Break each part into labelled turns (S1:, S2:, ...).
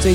S1: 最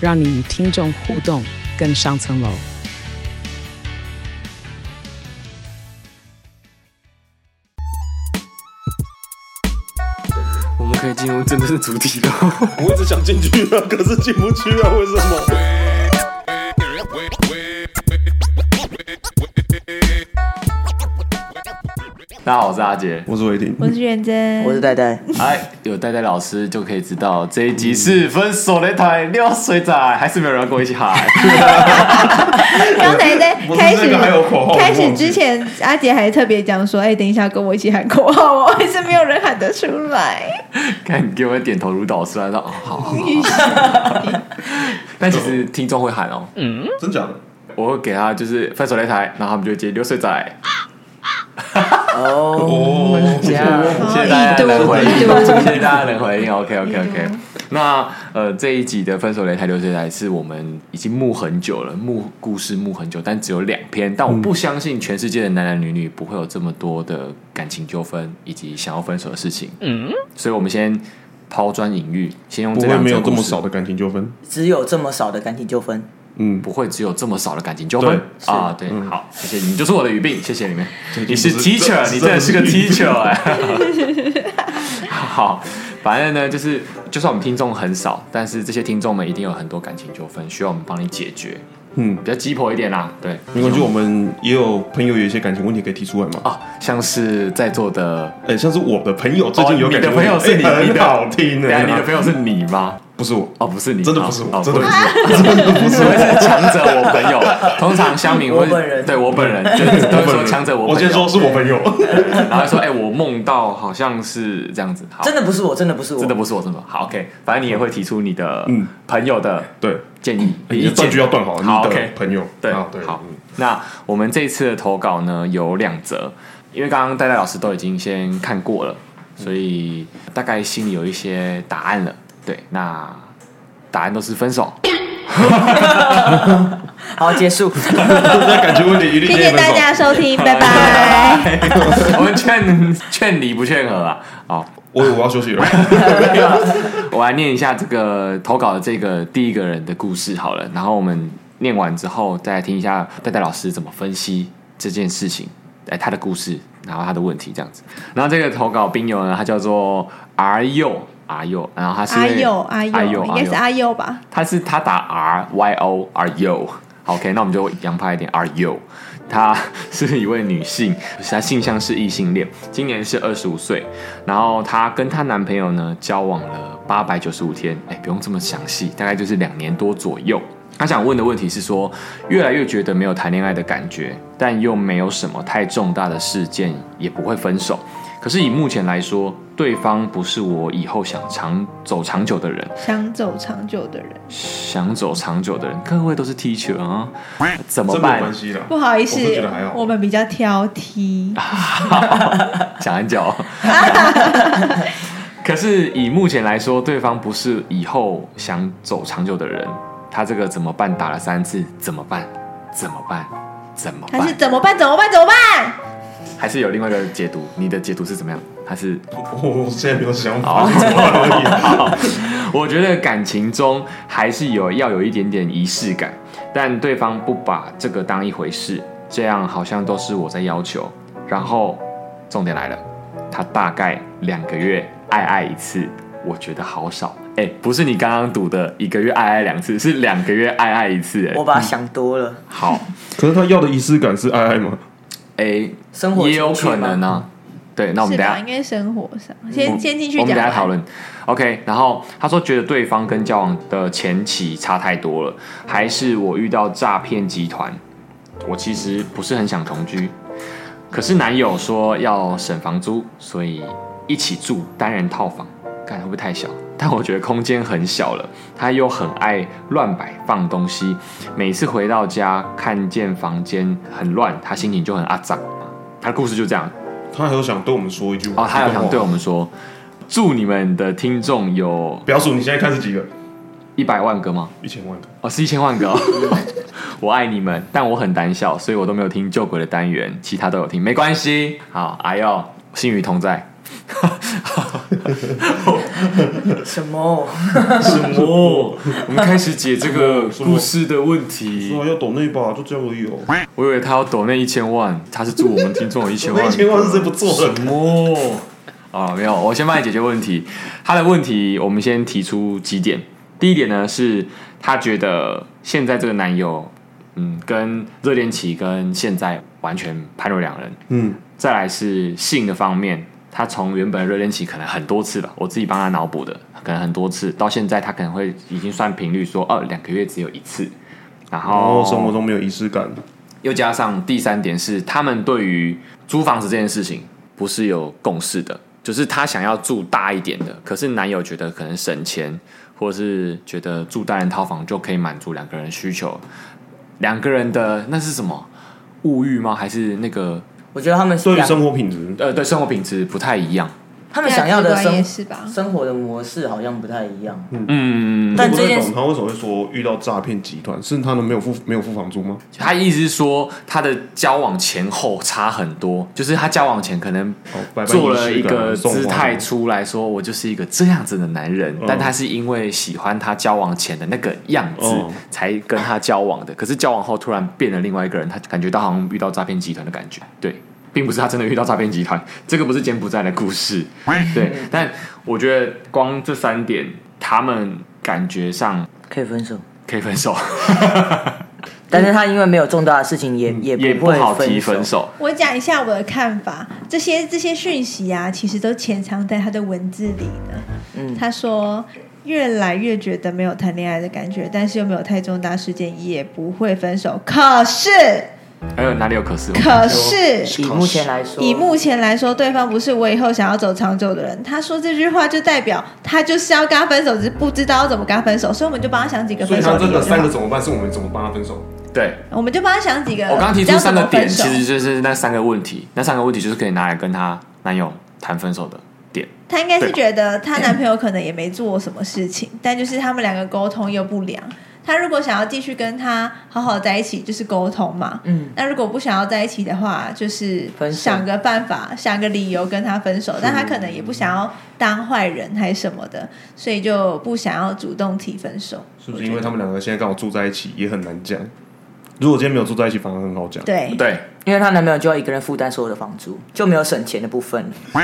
S1: 让你与听众互动更上层楼。
S2: 我们可以进入真正的主题了。
S3: 我一直想进去啊， 可是进不去啊，为什么？
S2: 大家好，我是阿杰。
S3: 我是伟霆，
S4: 我是元真，
S5: 我是戴戴，
S2: 哎，有戴戴老师就可以知道这一集是分手擂台撩水仔，还是没有人跟我一起 喊。
S4: 刚才在开
S3: 我是
S4: 始
S3: 那个还有口号
S4: 开始之前，阿杰还特别讲说：“哎、等一下跟我一起喊口号哦。”还是没有人喊得出 来。
S2: 看你给我点头如捣蒜，然后哦好好好。 但其实听众会喊哦，
S3: 真假的？
S2: 我会给他就是分手擂台，然后他们就会接流水仔。
S5: 哦，这样
S2: 谢谢大家的回应，
S4: 一度
S2: 谢谢大家的回应。OK OK OK。那呃，这一集的《分手擂台流水台》是我们已经募很久了，募故事募很久，但只有两篇。但我不相信全世界的男男女女不会有这么多的感情纠纷以及想要分手的事情。嗯，所以我们先抛砖引玉，先用
S3: 不
S2: 这
S3: 会
S2: 两
S3: 没有
S2: 则
S3: 这
S2: 故
S3: 么
S2: 事
S3: 少，的感情纠纷。
S5: 只有这么少的感情纠纷，
S3: 嗯，
S2: 不会只有这么少的感情纠纷
S5: 是
S2: 啊！对，好，谢谢你，就是我的语病，谢谢你们。你是
S3: 不是
S2: teacher，
S3: 嗯这
S2: 你真的是个
S3: 这
S2: teacher 哎、 好，反正呢，就是就算我们听众很少，但是这些听众们一定有很多感情纠纷需要我们帮你解决，
S3: 嗯
S2: 比较鸡婆一点啦。对，
S3: 没关系，我们也有朋友有一些感情问题可以提出来嘛。
S2: 啊，像是在座的，
S3: 哎，像是我的朋友最近有
S2: 哦你
S3: 感
S2: 的朋
S3: 情问题，
S2: 友是你，
S3: 哎
S2: 你
S3: 很
S2: 的
S3: 好听
S2: 等一下你的
S3: 的，
S2: 朋友是你吗？
S3: 不是我，
S2: 哦，不是你，
S3: 真的不是我
S2: 哦，
S3: 真的
S2: 不
S3: 不
S2: 是
S3: 是我。
S2: 不是会是强者我朋友，通常乡民会
S5: 我本人
S2: 对我本人就是都会说强者我
S3: 我
S2: 朋
S3: 先
S2: 友
S3: 说，是我朋友，
S2: 然后说哎、我梦到好像是这样子，好
S5: 真的不是我，真的不是我，
S2: 真的不是我，真的不好 OK，反正你也会提出你的
S3: 嗯
S2: 朋友的
S3: 对，
S2: 建议，
S3: 你的
S2: 意见
S3: 断句要断好，
S2: 好
S3: 你的
S2: OK
S3: 朋友，
S2: 对
S3: 啊对，
S2: 好
S3: 嗯，
S2: 那我们这一次的投稿呢有两则，因为刚刚戴戴老师都已经先看过了，所以大概心里有一些答案了。对，那答案都是分手。
S5: 好结束，
S3: 那感情问题一定
S4: 谢
S3: 可以
S4: 谢
S3: 分
S4: 大
S3: 手。
S4: 家收听，拜拜。
S2: 我们劝劝离不劝和啊。好，
S3: 我我要休息了，
S2: 我来念一下这个投稿的这个第一个人的故事好了，然后我们念完之后再来听一下戴戴老师怎么分析这件事情，哎，他的故事，然后他的问题这样子。然后这个投稿兵友呢，他叫做 R 佑 R 佑，然后他是
S4: 阿佑，阿
S2: 阿
S4: 佑，应该是阿佑吧？
S2: 他是他打 R Y O R U。好 OK，那我们就洋派一点 R U。她是一位女性，她性向是异性恋，今年是二十五岁。然后她跟她男朋友呢交往了八百九十五天，哎，不用这么详细，大概就是两年多左右。她想问的问题是说，越来越觉得没有谈恋爱的感觉，但又没有什么太重大的事件，也不会分手。可是以目前来说，对方不是我以后想长走长久的人，
S4: 想走长久的人，
S2: 想走长久的人，各位都是 teacher 啊， 怎么
S3: 这没有
S2: 办？
S3: 关系了。
S4: 不好意
S3: 我
S4: 思
S3: 是觉得还好，
S4: 我们比较挑剔。
S2: 讲很 久。可是以目前来说，对方不是以后想走长久的人，他这个怎么办？打了三次，怎么办？怎么办？怎么
S4: 他
S2: 办
S4: 是？怎么办？怎么办？怎么办？
S2: 还是有另外一个解读？你的解读是怎么样？还是
S3: 我我现在没有想法，
S2: 哦好
S3: 我只是问而已。
S2: 我觉得感情中还是有要有一点点仪式感，但对方不把这个当一回事，这样好像都是我在要求。然后重点来了，他大概两个月爱爱一次，我觉得好少。哎、不是你刚刚读的一个月爱爱两次，是两个月爱爱一次、哎
S5: 我，把它想多了，
S2: 好，
S3: 可是他要的仪式感是爱爱吗？
S2: 哎、
S5: 生活
S2: 也有
S5: 情趣
S2: 可能
S5: 吗
S2: 啊。对，那我们
S4: 是
S2: 等一下
S4: 吧？应该生活上，先先进去
S2: 嗯我们等
S4: 讲
S2: 下讨
S4: 完。
S2: 论。OK，然后他说觉得对方跟交往的前期差太多了，还是我遇到诈骗集团，我其实不是很想同居，可是男友说要省房租，所以一起住单人套房。看会不会太小？但我觉得空间很小了，他又很爱乱摆放东西。每次回到家看见房间很乱，他心情就很阿脏。他的故事就这样。
S3: 他还有想对我们说一句
S2: 哦，他有想对我
S3: 们，
S2: 们说，祝你们的听众有
S3: 不要数，你现在看是几个？
S2: 一百万个吗？
S3: 一千万个。
S2: 哦，是一千万个、哦。 我爱你们，但我很胆小，所以我都没有听救鬼的单元，其他都有听，没关系。好，哎呦，心与同在。
S5: 什么？
S2: 什么？我们开始解这个
S3: 哦 什么
S2: 故事的问题
S3: 说。要抖那一把，就这样而已哦。
S2: 我以为他要抖那一千万，他是祝我们听众有一千万。
S3: 那一千万是真不错的
S2: 什么？啊，没有，我先帮你解决问题。他的问题，我们先提出几点。第一点呢，是他觉得现在这个男友，嗯，跟热恋期跟现在完全判若两人。
S3: 嗯，
S2: 再来是性的方面，他从原本的热恋期可能很多次吧，我自己帮他脑补的，可能很多次，到现在他可能会已经算频率说，哦，两个月只有一次。然
S3: 然后
S2: 后
S3: 生活中没有仪式感，
S2: 又加上第三点是，他们对于租房子这件事情不是有共识的，就是她想要住大一点的，可是男友觉得可能省钱，或是觉得住单人套房就可以满足两个人的需求，两个人的那是什么物欲吗？还是那个
S5: 我觉得他们
S3: 对于
S5: 两
S3: 生活品质，
S2: 呃对生活品质不太一样？
S5: 他们想要的
S4: 价值观
S5: 生
S4: 啊也是吧
S5: 生活的模式好像不太一样。
S2: 嗯，
S5: 但这
S3: 我
S5: 件
S3: 不太
S5: 事
S3: 懂他为什么会说遇到诈骗集团，是他们没有付没有付房租吗？
S2: 他意思是说他的交往前后差很多，就是他交往前可能
S3: 哦，拜拜
S2: 做了
S3: 仪
S2: 一
S3: 式感
S2: 个
S3: 送花嗯
S2: 姿态出来说，我就是一个这样子的男人，但他是因为喜欢他交往前的那个样子
S3: 嗯
S2: 才跟他交往的，可是交往后突然变了另外一个人，他感觉到好像遇到诈骗集团的感觉，对。并不是他真的遇到诈骗集团，这个不是柬埔寨的故 事，对。但我觉得光这三点，他们感觉上
S5: 可以分手，
S2: 可以分手，
S5: 但是他因为没有重大的事情，也也
S2: 嗯也
S5: 不
S2: 不
S5: 会
S2: 好提
S5: 分
S2: 分
S5: 手。
S2: 手。
S4: 我讲一下我的看法，这些这些讯息啊，其实都潜藏在他的文字里的。
S5: 嗯
S4: 他说越来越觉得没有谈恋爱的感觉，但是又没有太重大事件，也不会分手。可是，
S2: 还有哪里有可是？
S4: 可是。
S5: 以目前来说，
S4: 以目前来说，对方不是我以后想要走长久的人。他说这句话就代表他就是要跟他分手，只是不知道要怎么跟他分手，所以我们就帮他想几个
S3: 所以
S4: 分手
S3: 他
S4: 理
S3: 真
S4: 由
S3: 的
S4: 就
S3: 三
S4: 好
S3: 个。怎么办？是我们怎么帮他分手？
S2: 对，
S4: 我们就帮他想几个。
S2: 我刚刚提
S4: 你
S2: 出
S4: 要怎
S2: 三
S4: 么
S2: 个点，
S4: 分手
S2: 其实就是那三个问题，那三个问题就是可以拿来跟她男友谈分手的点。
S4: 她应该是
S2: 对
S4: 觉得她男朋友可能也没做什么事情，但就是他们两个沟通又不良。她如果想要继续跟他好好在一起，就是沟通嘛。
S5: 嗯，
S4: 那如果不想要在一起的话，就是
S5: 分手
S4: 想个办法，想个理由跟他分手。但她可能也不想要当坏人还是什么的，所以就不想要主动提分手。
S3: 是不是因为他们两个现在刚好住在一起，也很难讲？如果今天没有住在一起，反而很好讲。
S4: 对
S2: 对，
S5: 因为她男朋友就要一个人负担所有的房租，就没有省钱的部分。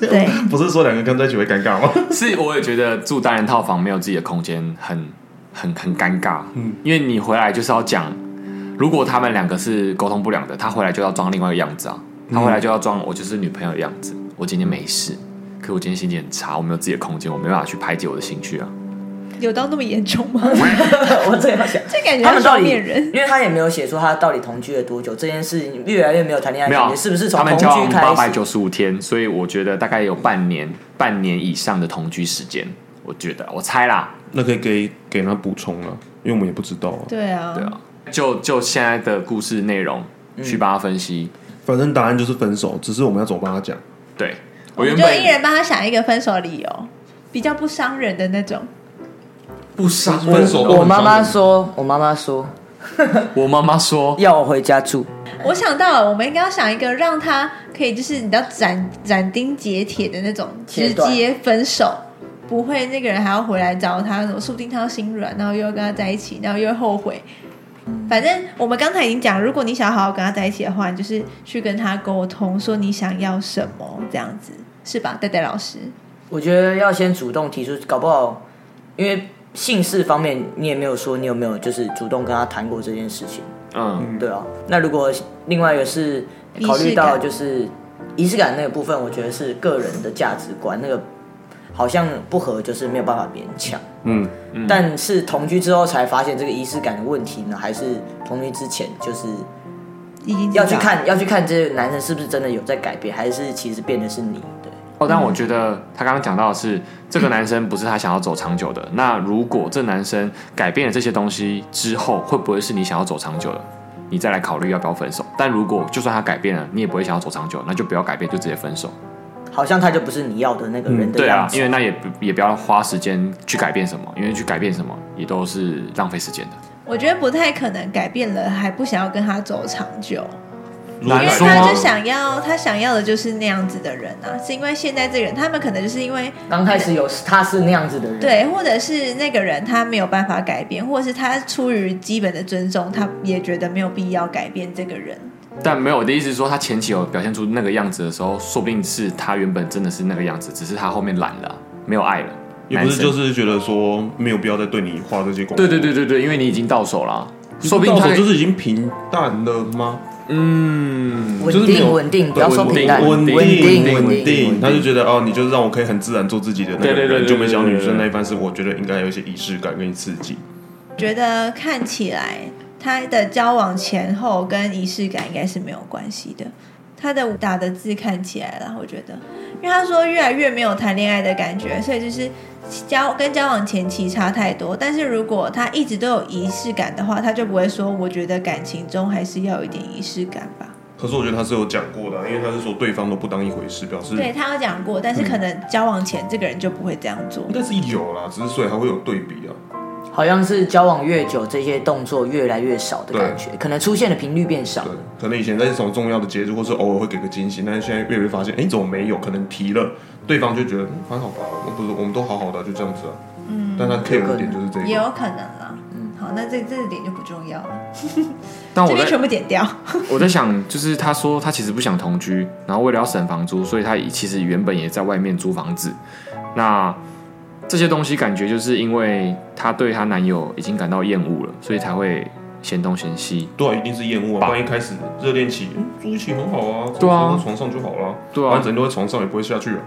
S4: 对，
S3: 不是说两个跟在一起会尴 尬吗？
S2: 是我也觉得住单人套房没有自己的空间，很很很尴尬。嗯，因为你回来就是要讲，如果他们两个是沟通不良的，他回来就要装另外一个样子啊，他回来就要装我就是女朋友的样子，我今天没事。可我今天心情很差，我没有自己的空间，我没办法去排解我的情绪啊。
S4: 有到那么严重吗？
S5: 我真的要想，
S4: 这感觉
S5: 他
S4: 像
S5: 们到
S4: 双
S5: 底，
S4: 面人。
S5: 因为他也没有写说他到底同居了多久，这件事情越来越没有谈恋爱
S2: 没
S5: 的
S2: 有
S5: 感
S2: 啊，
S5: 觉，是不是从
S2: 他
S5: 同
S2: 们交往
S5: 居
S2: 八百
S5: 开始？
S2: 九十五天，所以我觉得大概有半年、半年以上的同居时间。我觉得，我猜啦，
S3: 那可以给给他补充了，因为我们也不知道啊。
S4: 对啊，
S2: 对啊，就就现在的故事内容去帮他分析。
S3: 反正答案就是分手，只是我们要怎么帮他讲。
S2: 对我
S4: 我们
S2: 原
S4: 就一
S2: 本
S4: 人帮他想一个分手的理由，比较不伤人的那种。
S2: 不啊伤
S3: 我分手都
S5: 我妈妈说，我妈妈说
S2: 我妈妈说，
S5: 要我回家住，
S4: 我想到了，我们应该要想一个让他可以就是你知道斩斩钉截铁的那种
S5: 切
S4: 直
S5: 断
S4: 接分手，不会那个人还要回来找他，什么说不定他要心软，然后又要跟他在一起，然后又后悔。反正我们刚才已经讲，如果你想要好好跟他在一起的话，你就是去跟他沟通，说你想要什么，这样子是吧？戴戴老师，
S5: 我觉得要先主动提出，搞不好因为姓氏方面你也没有说你有没有就是主动跟他谈过这件事情，
S2: 嗯，
S5: 对啊。那如果另外一个是
S4: 仪式
S5: 考虑到
S4: 感
S5: 就是仪式感那个部分，我觉得是个人的价值观那个好像不合，就是没有办法勉强。
S3: 嗯，
S5: 但是同居之后才发现这个仪式感的问题呢，还是同居之前就是
S4: 已经知道
S5: 啊要去看要去看这个男生是不是真的有在改变，还是其实变的是你？对，
S2: 哦，但
S4: 嗯
S2: 我觉得他刚刚讲到的是，这个男生不是他想要走长久的。那如果这男生改变了这些东西之后，会不会是你想要走长久的？你再来考虑要不要分手。但如果就算他改变了，你也不会想要走长久，那就不要改变，就直接分手。
S5: 好像他就不是你要的那个人的
S2: 对
S5: 样
S2: 啊，
S5: 子。
S2: 因为那也不也不要花时间去改变什么，因为去改变什么也都是浪费时间的。
S4: 我觉得不太可能改变了，还不想要跟他走长久，
S3: 如果
S2: 难
S4: 因为
S2: 说
S4: 他
S2: 吗
S4: 就想要他想要的就是那样子的人啊，是因为现在这个人，他们可能就是因为
S5: 刚开始有他是那样子的人，，
S4: 对，或者是那个人他没有办法改变，或者是他出于基本的尊重，他也觉得没有必要改变这个人。
S2: 但没有，我的意思是说，他前期有表现出那个样子的时候，说不定是他原本真的是那个样子，只是他后面懒了，没有爱了。
S3: 也不
S2: 男生
S3: 是就是觉得说没有必要再对你花这些功夫。
S2: 对对对对对，因为你已经到手了啊，说不定
S3: 到
S2: 他
S3: 手就是已经平淡了吗？
S2: 嗯，
S5: 稳
S3: 就是没
S5: 定
S3: 有
S5: 稳定，不要说
S2: 稳
S5: 平
S2: 定
S5: 淡，
S3: 稳
S5: 定
S3: 定
S5: 稳
S3: 稳
S5: 定，
S3: 定，他就觉得哦，你就是让我可以很自然做自己的那个
S2: 对对对对
S3: 人，就没想到
S2: 对对
S3: 女
S2: 对
S3: 生
S2: 对
S3: 那一番是我觉得应该有一些仪式感跟你刺激。
S4: 觉得看起来他的交往前后跟仪式感应该是没有关系的。他的打的字看起来啦，我觉得，因为他说越来越没有谈恋爱的感觉，所以就是交跟交往前期差太多。但是如果他一直都有仪式感的话，他就不会说我觉得感情中还是要有一点仪式感吧。
S3: 可是我觉得他是有讲过的啊，因为他是说对方都不当一回事，表示
S4: 对他有讲过，但是可能交往前这个人就不会这样做
S3: 应。该是有啦，只是所以还会有对比啊。
S5: 好像是交往越久，这些动作越来越少的感觉，可能出现的频率变少
S3: 对。，可能以前在什么重要的节日，或是偶尔会给个惊喜，但是现在越来越发现，哎、怎么没有？可能提了，对方就觉得，嗯，还好吧，我不是，我们都好好的，就这样子啊。嗯，但他 care 的点就是这
S4: 也
S3: 个。
S4: 有可能啦。嗯，好，那这这个点就不重要了，
S2: 但
S4: 这
S2: 我
S4: 边
S2: 在
S4: 全部点掉。
S2: 我在想，就是他说他其实不想同居，然后为了要省房租，所以他其实原本也在外面租房子。那这些东西感觉就是因为她对她男友已经感到厌恶了，所以才会嫌东嫌西。
S3: 对啊，一定是厌恶啊！
S2: 吧
S3: 不然一开始热恋期、嗯、住一起很好啊，
S2: 对啊
S3: 怎么说床上就好了，
S2: 对啊
S3: 反正整天都在床上也不会下去啊。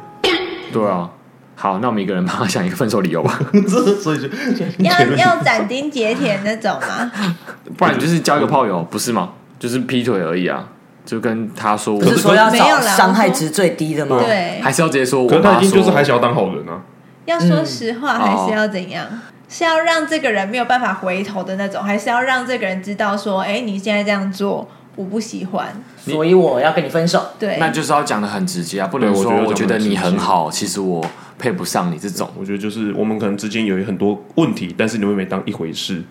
S2: 对啊，好，那我们一个人帮他想一个分手理由吧，
S3: 这所以 就
S4: 要要斩钉截铁那种 吗？
S2: 不然你就是交一个炮友，不是吗？就是劈腿而已啊，就跟他说我
S5: 不是说要
S4: 没有
S5: 找
S4: 啦
S5: 伤害值最低的吗？，
S4: 对，
S2: 啊还是要直接说我
S3: 可是
S2: 妈
S3: 他已经就是
S2: 说
S3: 还想要当好人啊。
S4: 要说实话
S2: 嗯
S4: 还是要怎样？是要让这个人没有办法回头的那种，还是要让这个人知道说，哎，你现在这样做我不喜欢？
S5: 所以我要跟你分手。
S4: 对，
S2: 那就是要讲的很直接啊，不能
S3: 对我
S2: 说
S3: 觉得
S2: 我觉
S3: 讲得
S2: 得
S3: 很
S2: 你
S3: 直
S2: 很
S3: 接
S2: 好，其实我配不上你这种。
S3: 我觉得就是我们可能之间有很多问题，但是你们没当一回事，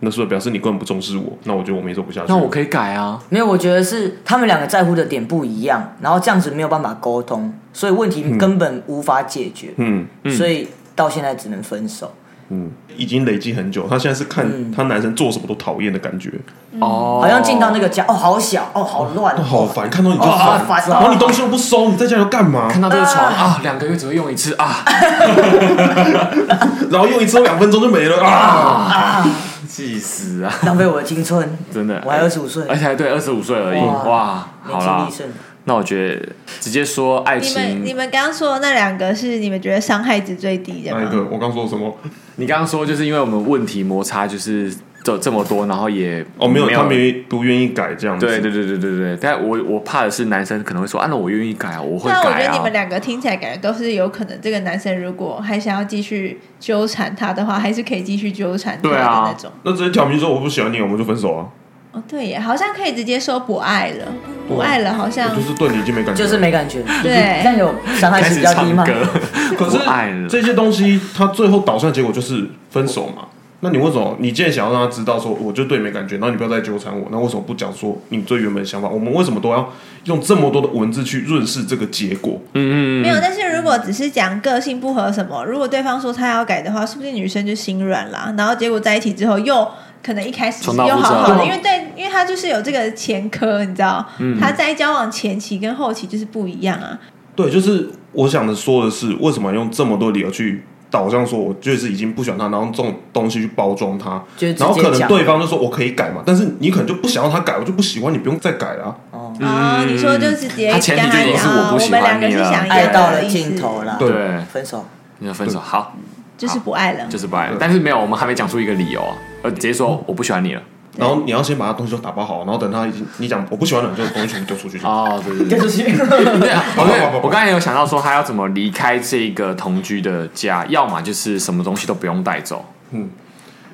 S3: 那所以表示你根本不重视我，那我觉得我们也做不下去。
S2: 那我可以改啊，
S5: 没有，我觉得是他们两个在乎的点不一样，然后这样子没有办法沟通，所以问题根本无法解决，
S3: 嗯。
S5: 所以到现在只能分手。
S3: 嗯，已经累积很久，她现在是看她男生做什么都讨厌的感觉，
S2: 哦，
S5: 嗯好像进到那个家，哦，好小，哦，好乱，
S3: 哦好烦，看到你就
S5: 哦，好
S3: 烦，
S5: 烦
S3: 然后你
S5: 哦。
S3: 东西又不收，你在家里又干嘛？
S2: 看到这个床啊，两个月只会用一次啊，
S3: 然后用一次两分钟就没了啊！
S2: 气死啊！
S5: 浪费我的青春，
S2: 真的
S5: 我还二十五岁，
S2: 而且还对二十五岁而已，哇
S5: 哇，年
S2: 哎好
S5: 轻
S2: 啦
S5: 力，盛。
S2: 那我觉得直接说爱
S4: 你们你
S2: 情，
S4: 们刚刚说的那两个是你们觉得伤害值最低的
S3: 那一
S4: 吗？
S3: 个我刚说什么？
S2: 你刚刚说就是因为我们问题摩擦就是这这么多，然后也
S3: 哦，没有，
S2: 没
S3: 他没不愿意改这样子。
S2: 对对对对对对，但我我怕的是男生可能会说，啊，那我愿意改啊，我会
S4: 但我觉
S2: 改
S4: 得你们
S2: 啊。
S4: 两个听起来感觉都是有可能，这个男生如果还想要继续纠缠他的话，还是可以继续纠缠他
S2: 对
S4: 的
S2: 啊
S4: 那种。
S3: 那直接挑明说我不喜欢你，我们就分手啊！
S4: 哦，对耶，好像可以直接说不爱了，不爱了，好
S3: 我
S4: 像
S3: 就是对你已经没感觉，
S5: 就是。没感觉，
S4: 对
S5: 但有伤害
S2: 开
S5: 值比
S2: 始
S5: 较
S2: 唱
S5: 低吗？
S2: 歌，
S3: 可
S2: 不爱了
S3: 是这些东西，他最后导向的结果就是分手嘛。那你为什么？你既然想要让他知道说，我就对你没感觉，然后你不要再纠缠我，那为什么不讲说你最原本的想法？我们为什么都要用这么多的文字去润饰这个结果？
S2: 嗯嗯
S4: 没有。
S2: 嗯，
S4: 但是如果只是讲个性不合什么，如果对方说他要改的话，说不定女生就心软啦。然后结果在一起之后又。可能一开始
S2: 重
S4: 又
S2: 蹈覆辙
S4: 好好的，因为对，因为他就是有这个前科，你知道，
S2: 嗯
S4: 他在交往前期跟后期就是不一样啊。
S3: 对，就是我想的说的是，为什么用这么多理由去导向说，我就是已经不喜欢他，然后这种东西去包装他，
S5: 就是直
S3: 然后
S5: 接
S3: 可能
S5: 讲
S3: 对方就说我可以改嘛，但是你可能就不想要他改，我就不喜欢你，不用再改啊。
S4: 哦，你说就直接
S2: 嗯他
S4: 跟
S2: 前提
S4: 他
S2: 就已经
S4: 讲，
S2: 是我
S4: 啊
S2: 不
S4: 我
S2: 喜
S4: 们
S2: 欢
S4: 两
S2: 你
S4: 个是
S2: 了
S4: 想要
S5: 爱到了
S4: 的意思
S5: 尽头啦，
S3: 对
S2: 对，
S5: 分手。
S2: 你说分手好，
S4: 就是不爱了
S2: 就。是不爱了。但是没有，我们还没讲出一个理由啊，呃，直接说我不喜欢你了。
S3: 然后你要先把他东西都打包好，然后等他已经你讲我不喜欢了，你就东西全部丢出去。
S2: 哦，对对对
S5: 就。是
S2: 对啊，
S3: 不
S2: 我
S3: 不不
S2: 对
S3: 不
S2: 我刚才也有想到说，他要怎么离开这个同居的家，要么就是什么东西都不用带走，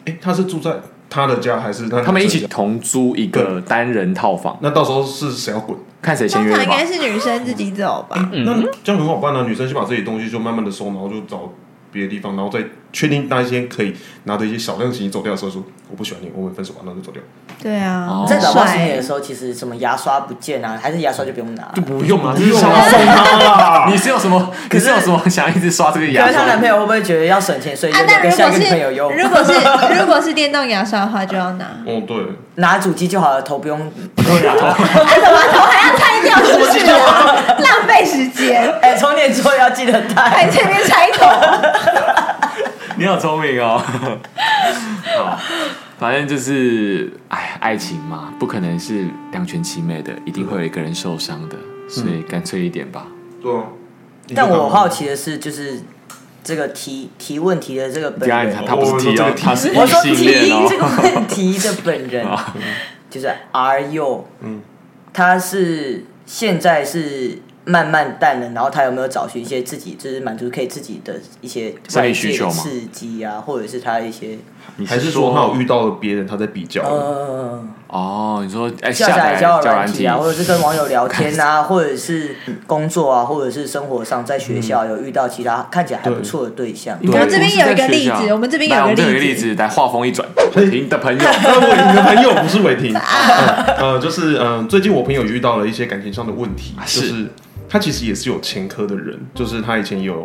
S3: 哎，他是住在他的家还是他
S2: 他们一
S3: 女
S2: 起
S3: 生家？
S2: 同租一个单人套房，
S3: 那到时候是谁要滚？
S2: 看谁先
S4: 通
S2: 约
S4: 常
S2: 的
S4: 应
S2: 吧
S4: 该。是女生自己走吧。
S2: 嗯
S3: 那这样很好办啊，女生先把自己的东西就慢慢的收，然后就找别的地方，然后再确定那一些可以拿着一些小量行李走掉的时候，说我不喜欢你，我们分手吧，那就走掉，
S4: 对啊
S2: 哦，
S5: 在
S4: 很
S5: 打包行
S4: 帅
S5: 李
S4: 欸
S5: 的。时候，其实什么牙刷不见啊，还是牙刷就不用拿了。
S2: 不用啊，
S3: 不用啊，送他啦。
S2: 你是有什么？你是有什么想一直刷这个
S5: 可
S2: 牙
S5: 是她
S2: 刷
S5: 啊男？朋友会不会觉得要省钱，所以就
S4: 啊，但
S5: 跟
S4: 如
S5: 下
S4: 果
S5: 一个女朋友
S4: 是
S5: 用？啊
S4: 如果是如果是电动牙刷的话，就要拿。
S3: 哦，对，
S5: 拿主机就好了，头 不用不用拿头。
S4: 哎，怎么头还要拆掉？是不是啊？ 浪费时间，
S5: 哎，充电之后要记得
S4: 还
S5: 带。
S4: 这边拆头。
S2: 你好聪明哦。好，反正就是，哎，爱情嘛，不可能是两全其美的，一定会有一个人受伤的，所以干脆一点吧。
S3: 对啊。
S5: 但我好奇的是，就是这个提提问题的这个本
S2: 第二，他
S5: 人，
S2: 他不是 T
S3: 我
S2: 哦
S3: 我，
S2: 他是
S5: 我
S2: 异
S5: 说
S2: 性
S5: 提
S2: 恋
S5: 这个
S2: 哦。
S5: 问题的本 人，就是 R U，
S3: 嗯
S5: 他是现在是慢慢淡了，然后他有没有找寻一些自己就是满足可以自己的一些
S2: 生理需求
S5: 外
S2: 吗
S5: 界的刺激啊，或者是他一些
S2: 你
S3: 还是说他有遇到了别人，他在比较？
S5: 呃
S2: 哦？你说哎，
S5: 下
S2: 下载
S5: 载交友
S2: 交友
S5: 软体啊，或者是跟网友聊天啊，或者是工作啊，或者是生活上在学校有遇到其他看起来还不错的对象。
S2: 对
S4: 然后这
S2: 我
S4: 边
S2: 是在
S4: 有一个例
S2: 学校
S4: 子我们这边
S2: 来
S4: 有
S2: 我们
S4: 一个
S2: 这有一个
S4: 例
S2: 例
S4: 子
S2: 子，来话锋一转，您的朋友
S3: 那伟霆的朋友不是伟 霆，
S5: 啊
S3: 呃，就是嗯、呃最近我朋友遇到了一些感情上的问题，
S2: 啊
S3: 就是是他其实也是有前科的人，就是他以前有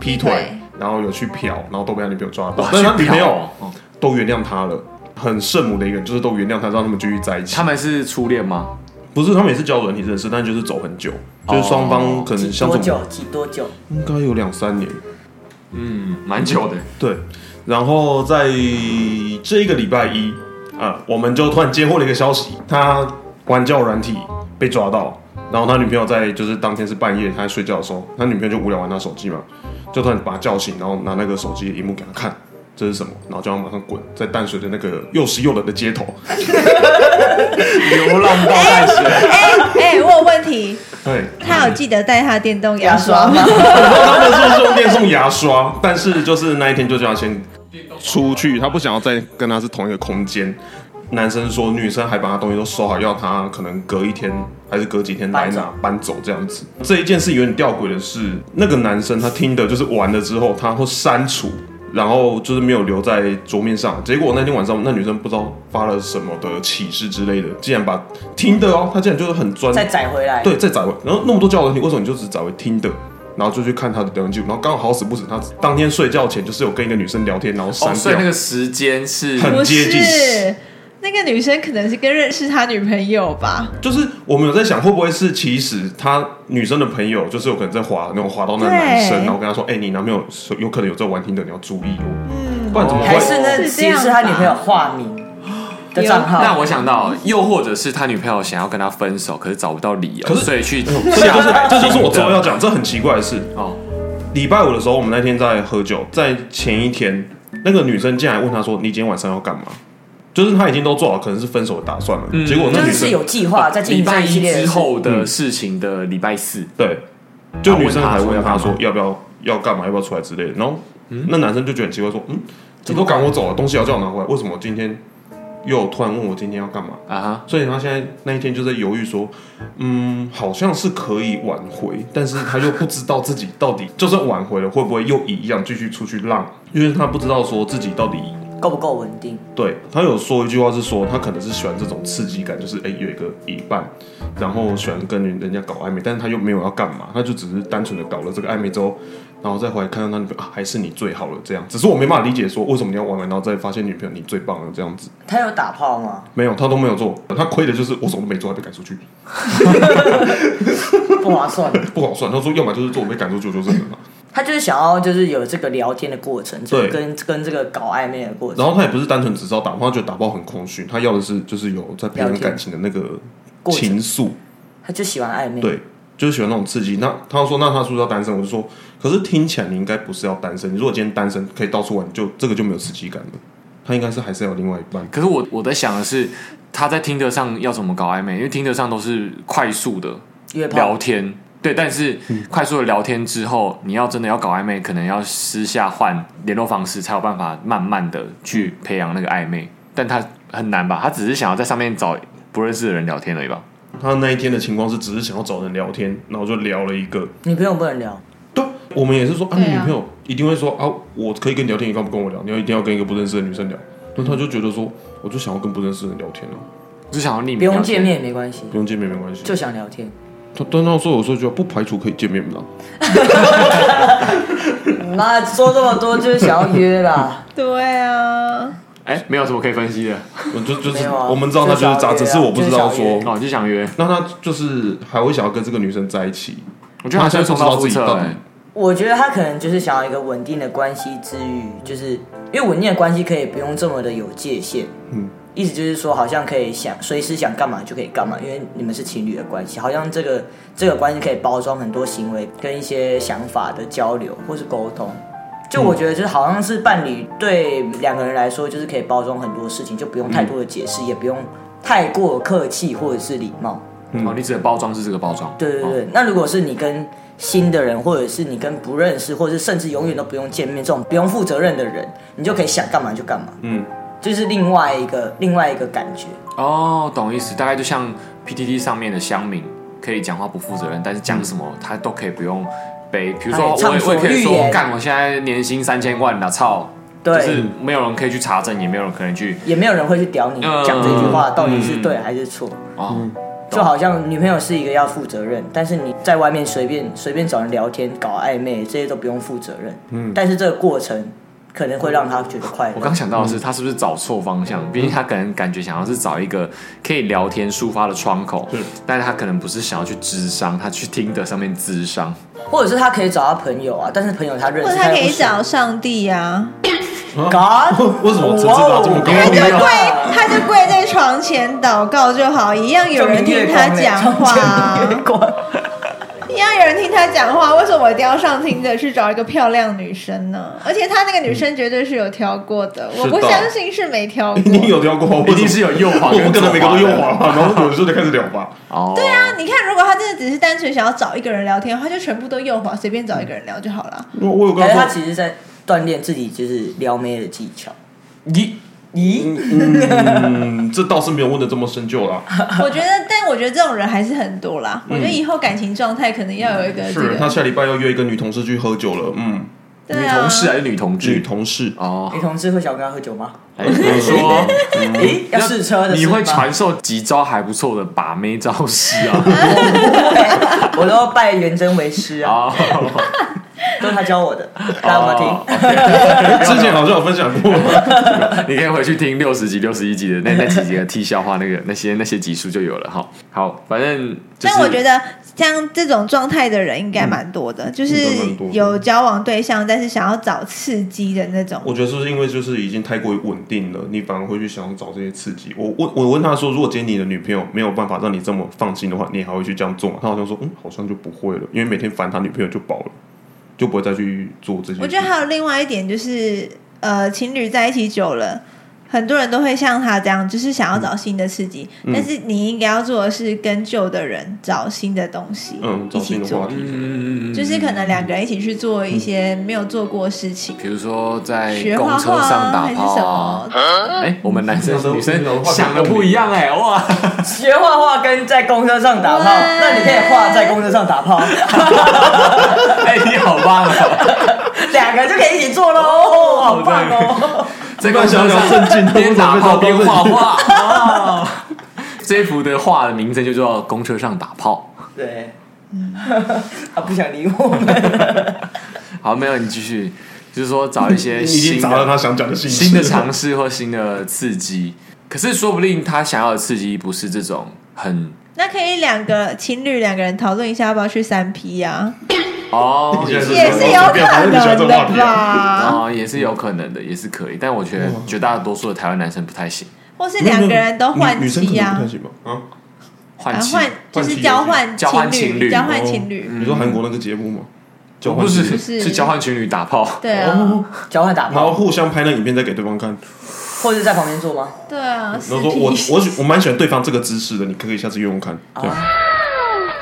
S3: 劈
S4: 劈
S3: 腿
S4: 腿，
S3: 然后有去嫖，然后都被他女朋友抓到
S2: 哇，
S3: 但是他
S2: 去
S3: 女朋
S2: 嫖
S3: 友
S2: 哦哦
S3: 都原谅他了。很圣母的一个人，就是都原谅他，让他们继续在一起
S2: 他。们是初恋吗？
S3: 不是他们也是交友软体认识，但就是走很久，就是双方可能
S5: 几
S3: 相
S5: 多
S3: 处
S5: 久？几多久？
S3: 应该有两三年。
S2: 嗯，蛮久的。
S3: 对，然后在这一个礼拜一，啊，我们就突然接获了一个消息，他玩交友软体被抓到，然后他女朋友在就是当天是半夜，他在睡觉的时候，他女朋友就无聊玩他手机嘛，就突然把他叫醒，然后拿那个手机的荧幕给他看。这是什么？然后叫他马上滚，在淡水的那个又湿又冷的街头。
S2: 流浪到淡水，
S4: 哎 哎，我有问题，
S3: 对，
S4: 他有记得带他的电动牙
S5: 牙
S4: 刷
S5: 刷
S4: 吗
S5: 吗？？
S3: 他们是用电送牙刷，但是就是那一天就叫他先出去，他不想要再跟他是同一个空间。男生说，女生还把他东西都收好，要他可能隔一天还是隔几天来拿
S5: 搬走
S3: 搬走这样子。这一件事有点吊诡的是，那个男生他听的就是完了之后，他会删除，然后就是没有留在桌面上。结果那天晚上，那女生不知道发了什么的启示之类的，竟然把听的哦，他竟然就是很专
S5: 再载回来？
S3: 对，再载回，然后那么多交友软体，为什么你就只载回听的？然后就去看他的聊天记录，然后刚好好死不死，他当天睡觉前就是有跟一个女生聊天，然后删
S2: 哦，所以
S3: 掉。
S2: 那个时间是
S3: 很
S4: 不
S3: 接近
S4: 是，那个女生可能是跟认识他女朋友吧。
S3: 就是我们有在想，会不会是其实他女生的朋友，就是有可能在滑那种滑到那个男生，
S4: 对
S3: 然后跟他说：“哎、你男朋友是有可能有在玩听的，你要注意哦。”不然怎么
S5: 嗯还
S3: 会？
S5: 是那
S4: 是这
S5: 其
S4: 样
S5: 实是他女朋友化名的账
S2: 那
S5: 号？
S2: 我想到，又或者是他女朋友想要跟他分手，可是找不到理由，
S3: 可是
S2: 所以去
S5: 嗯
S3: 这就
S2: 下
S3: 是
S2: 载。
S3: 这就是我之后要讲，这很奇怪的事。
S2: 哦，
S3: 礼拜五的时候，我们那天在喝酒，在前一天，那个女生进来问他说：“你今天晚上要干嘛？”就是他已经都做好可能是分手的打算
S2: 嗯
S3: 了。结果那
S5: 就
S3: 女
S5: 是
S3: 生
S5: 是有计划在进
S2: 哦礼
S5: 行这
S2: 拜
S5: 一系
S2: 一
S5: 列的
S2: 之
S5: 事嗯
S2: 后的事情的礼拜四，
S3: 对，就女生还问
S2: 然
S3: 他
S2: 后
S3: 说
S2: 问
S3: 要不要要干嘛，要不要出来之类的。然后、那男生就觉得很奇怪，说：“嗯，你都赶我走了，东西要叫我拿回来，为什么今天又突然问我今天要干嘛
S2: 啊哈，？”
S3: 所以他现在那一天就在犹豫说：“嗯，好像是可以挽回，但是他又不知道自己到底就算挽回了，会不会又一样继续出去浪？因为他不知道说自己到底
S5: 够不够稳定？
S3: 对他有说一句话是说，他可能是喜欢这种刺激感，就是哎、有一个一半，然后喜欢跟人家搞暧昧，但是他又没有要干嘛，他就只是单纯的搞了这个暧昧之后，然后再回来看到他女朋友啊，还是你最好了这样。只是我没办法理解说为什么你要玩完，然后再发现女朋友你最棒了这样子，
S5: 他有打炮吗？
S3: 没有他都没有做，他亏的就是我什么都没做，还被赶出去，
S5: 不划算。
S3: 不好算。他说要么就是做我被赶出去，我就是嘛。
S5: 他就是想要就是有这个聊天的过程，
S3: 对
S5: 跟跟这个搞暧昧的过程，
S3: 然后他也不是单纯只知道打炮，他觉得打炮很空虚，他要的是就是有在培养感情的那个
S5: 过程
S3: 情愫。
S5: 他就喜欢暧昧。
S3: 对，就是喜欢那种刺激。那他说，那他是不是要单身？我就说，可是听起来你应该不是要单身。你如果今天单身，可以到处玩，就这个就没有刺激感了。他应该是还是要有另外一半。
S2: 可是我我在想的是，他在听得上要怎么搞暧昧？因为听得上都是快速的
S5: 约
S2: 聊
S5: 炮，
S2: 天，对，但是快速的聊天之后，你要真的要搞暧昧，可能要私下换联络方式，才有办法慢慢的去培养那个暧昧。但他很难吧？他只是想要在上面找不认识的人聊天而已吧？
S3: 他那一天的情况是，只是想要找人聊天，然后就聊了一个。
S5: 女朋友不能聊，
S3: 对啊，我们也是说，啊，
S4: 对
S3: 你
S4: 啊
S3: 女朋友一定会说啊，我可以跟你聊天，你干嘛不跟我聊？你要一定要跟一个不认识的女生聊？那他就觉得说，我就想要跟不认识的人聊天啊，
S2: 就想要匿名
S5: 不用
S2: 聊
S5: 见
S2: 天
S5: 面也没关系，
S3: 不用见面没关系。
S5: 就想聊天。
S3: 他但那时候我说一句话，不排除可以见 面的啊。
S5: 那说这么多就是想要约啦，
S4: 对啊，
S2: 哎，没有什么可以分析的
S3: 我就就
S5: 没
S3: 是
S5: 有啊
S3: 我们知道他就是渣，
S5: 就
S3: 只
S5: 是小
S3: 是我不知道
S5: 就是小
S3: 说
S5: 月。
S2: 哦，就想约。
S3: 那他就是还会想要跟这个女生在一起，
S2: 我觉得他
S3: 现
S2: 是
S3: 在
S2: 重
S3: 不知道
S2: 蹈覆
S3: 自己
S2: 辙
S3: 到
S2: 哎
S3: 底。
S5: 我觉得他可能就是想要一个稳定的关系之余，就是因为稳定的关系可以不用这么的有界限。
S3: 嗯，
S5: 意思就是说，好像可以想随时想干嘛就可以干嘛，因为你们是情侣的关系，好像这个这个关系可以包装很多行为跟一些想法的交流或是沟通。就我觉得，就是好像是伴侣对两个人来说，就是可以包装很多事情，就不用太多的解释，也不用太过客气或者是礼貌。
S3: 嗯
S2: 哦，你指的包装是这个包装？
S5: 对对
S2: 哦
S5: 对，那如果是你跟新的人，或者是你跟不认识，或者是甚至永远都不用见面这种不用负责任的人，你就可以想干嘛就干嘛，
S3: 嗯，
S5: 就是另外一个另外一个感觉。
S2: 哦，懂意思，大概就像 PTT 上面的乡民可以讲话不负责任，但是讲什么他都可以不用背。比如说
S5: 他
S2: 我也
S5: 可以哎畅
S2: 我也可
S5: 所
S2: 以
S5: 欲
S2: 说，
S5: 言
S2: 干，我现在年薪三千万啦，操！
S3: 嗯
S5: 对，
S2: 就是没有人可以去查证，也没有人可能去
S5: 也没有人会去屌你
S2: 嗯
S5: 讲这句话到底是
S2: 嗯
S5: 对还是错。
S3: 嗯
S2: 哦，
S5: 就好像女朋友是一个要负责任，但是你在外面随便随便找人聊天、搞暧昧，这些都不用负责任。嗯，但是这个过程可能会让她觉得快
S2: 我
S5: 乐。
S2: 刚想到的
S3: 嗯
S2: 是，他是不是找错方向？毕竟他可能感觉想要是找一个可以聊天抒发的窗口，但是他可能不是想要去智商，他去听的上面智商。
S5: 或者是她可以找她朋友啊，但是朋友她认
S4: 或
S5: 识，
S4: 者他可
S5: 又
S4: 以
S5: 不熟
S4: 找上帝啊，
S5: God，
S3: 为什么层次打这么高啊
S5: 哇哦
S4: 他就跪，他就跪在床前祷告就好，一样有人听他讲 话
S5: 就明月
S4: 啊，
S5: 光
S4: 一样有人听他讲话。为什么我一定要上听的去找一个漂亮女生呢？而且他那个女生绝对是有挑过的，我不
S3: 是的
S4: 相信是没挑过。
S3: 一定有聊过，我
S2: 一定是有右滑
S3: 我
S2: 跟
S3: 不可能每个都
S2: 左
S3: 用
S2: 滑
S3: 啊
S2: 的
S3: 滑吧，然后有时候就开始聊吧。
S2: 哦，对啊，
S4: 你看，如果他真的只是单纯想要找一个人聊天，他就全部都右滑，随便找一个人聊就好了。
S3: 我我有跟
S5: 可是
S3: 他
S5: 她
S3: 说，
S5: 其实在锻炼自己就是撩妹的技巧。
S2: 咦，
S5: 咦，
S3: 嗯， 这倒是没有问的这么深究啦。
S4: 我觉得，但我觉得这种人还是很多啦。我觉得以后感情状态可能要有一个这
S3: 是
S4: 个，
S3: 他下礼拜要约一个女同事去喝酒了，嗯，
S4: 对
S2: 女
S4: 啊
S2: 同事还是女同
S3: 女
S2: 志？
S3: 同事，
S2: 哦
S5: 女，同志会想跟她喝酒吗？
S2: 哎你说。
S3: 嗯
S5: 咦，要试车的
S2: 你
S5: 是
S2: 会
S5: 吗
S2: 传授几招还不错的把妹招式 啊？
S5: 对我都拜元真为师
S3: 哦
S5: 啊，
S2: 啊，
S5: 都是他教我的，大家有没有听？
S3: 之前好像有分享过，
S2: 你可以回去听六十集、六十一集的那那几集的 T 笑话，那个那些那些集数就有了哈。好，反正就是
S4: 但我觉得像这种状态的人应该蛮多的，就是
S3: 应该蛮多的
S4: 有交往对象，但是想要找刺激的那种。
S3: 我觉得是不是因为就是已经太过于稳定了，你反而会去想要找这些刺激？我问我问他说，如果今天你的女朋友没有办法让你这么放心的话，你还会去这样做吗？他好像说，嗯，好像就不会了，因为每天烦他女朋友就饱了，就不会再去做这些事。
S4: 我觉得还有另外一点就是，呃，情侣在一起久了。很多人都会像他这样，就是想要找新的刺激，但是你应该要做的是跟旧的人找新的东西，
S3: 嗯，找
S4: 一起
S3: 新的
S4: 做
S3: 话，题，
S2: 嗯，嗯嗯嗯
S4: 就是可能两个人一起去做一些没有做过的事情，
S2: 比如说在
S4: 学
S2: 公
S4: 画
S2: 车
S4: 画
S2: 上
S4: 啊，
S2: 打
S4: 还是
S2: 炮
S4: 什
S2: 啊
S4: 么，，
S2: 哎，我们男生
S3: 那时候
S2: 女生
S3: 那时候画
S2: 想的不一样哎，哇，
S5: 学画画跟在公车上打炮，
S4: 对
S5: 那你可以画在公车上打炮，
S2: 哎，你好棒啊！
S5: 两个就可以一起做喽，哦好棒哦！
S2: 在公车上边打炮 边画画哦。 这一幅的画的名称就叫《公车上打炮
S5: 对， 他不想理我 们，》。
S2: 好，没有你继续，就是说找一 些
S3: 你已
S2: 新
S3: 经砸
S2: 的
S3: 了他想讲的信息
S2: 新的 尝试或新的刺激。可是说不定他想要的刺激不是这种很
S4: 那可以两个情侣两个人讨论一下，要不要去三 P 呀、
S2: 哦，也是
S4: 也是有可能的吧？
S2: 哦，也是有可能的，也是可以。但我觉得绝大多数的台湾男生不太行，
S4: 或是两个人都换
S3: 女女生可
S4: 妻
S3: 能
S4: 呀、
S3: 不太行吧？啊，
S2: 换
S4: 啊
S2: 妻
S4: 换就是交换
S2: 交换情
S4: 情
S2: 侣
S4: 交换情侣，
S3: 你说韩国那个节目吗？交换
S2: 哦不是
S3: 情侣
S4: 是
S2: 是交换情侣打炮，
S4: 对啊，
S3: 哦，
S5: 交换打
S3: 然后
S5: 炮，
S3: 互相拍那影片再给对方看，
S5: 或者在旁边做吗？
S4: 对啊，
S3: 然后说我我喜我蛮喜欢对方这个姿势的，你可以下次用用看。对啊，
S4: 哦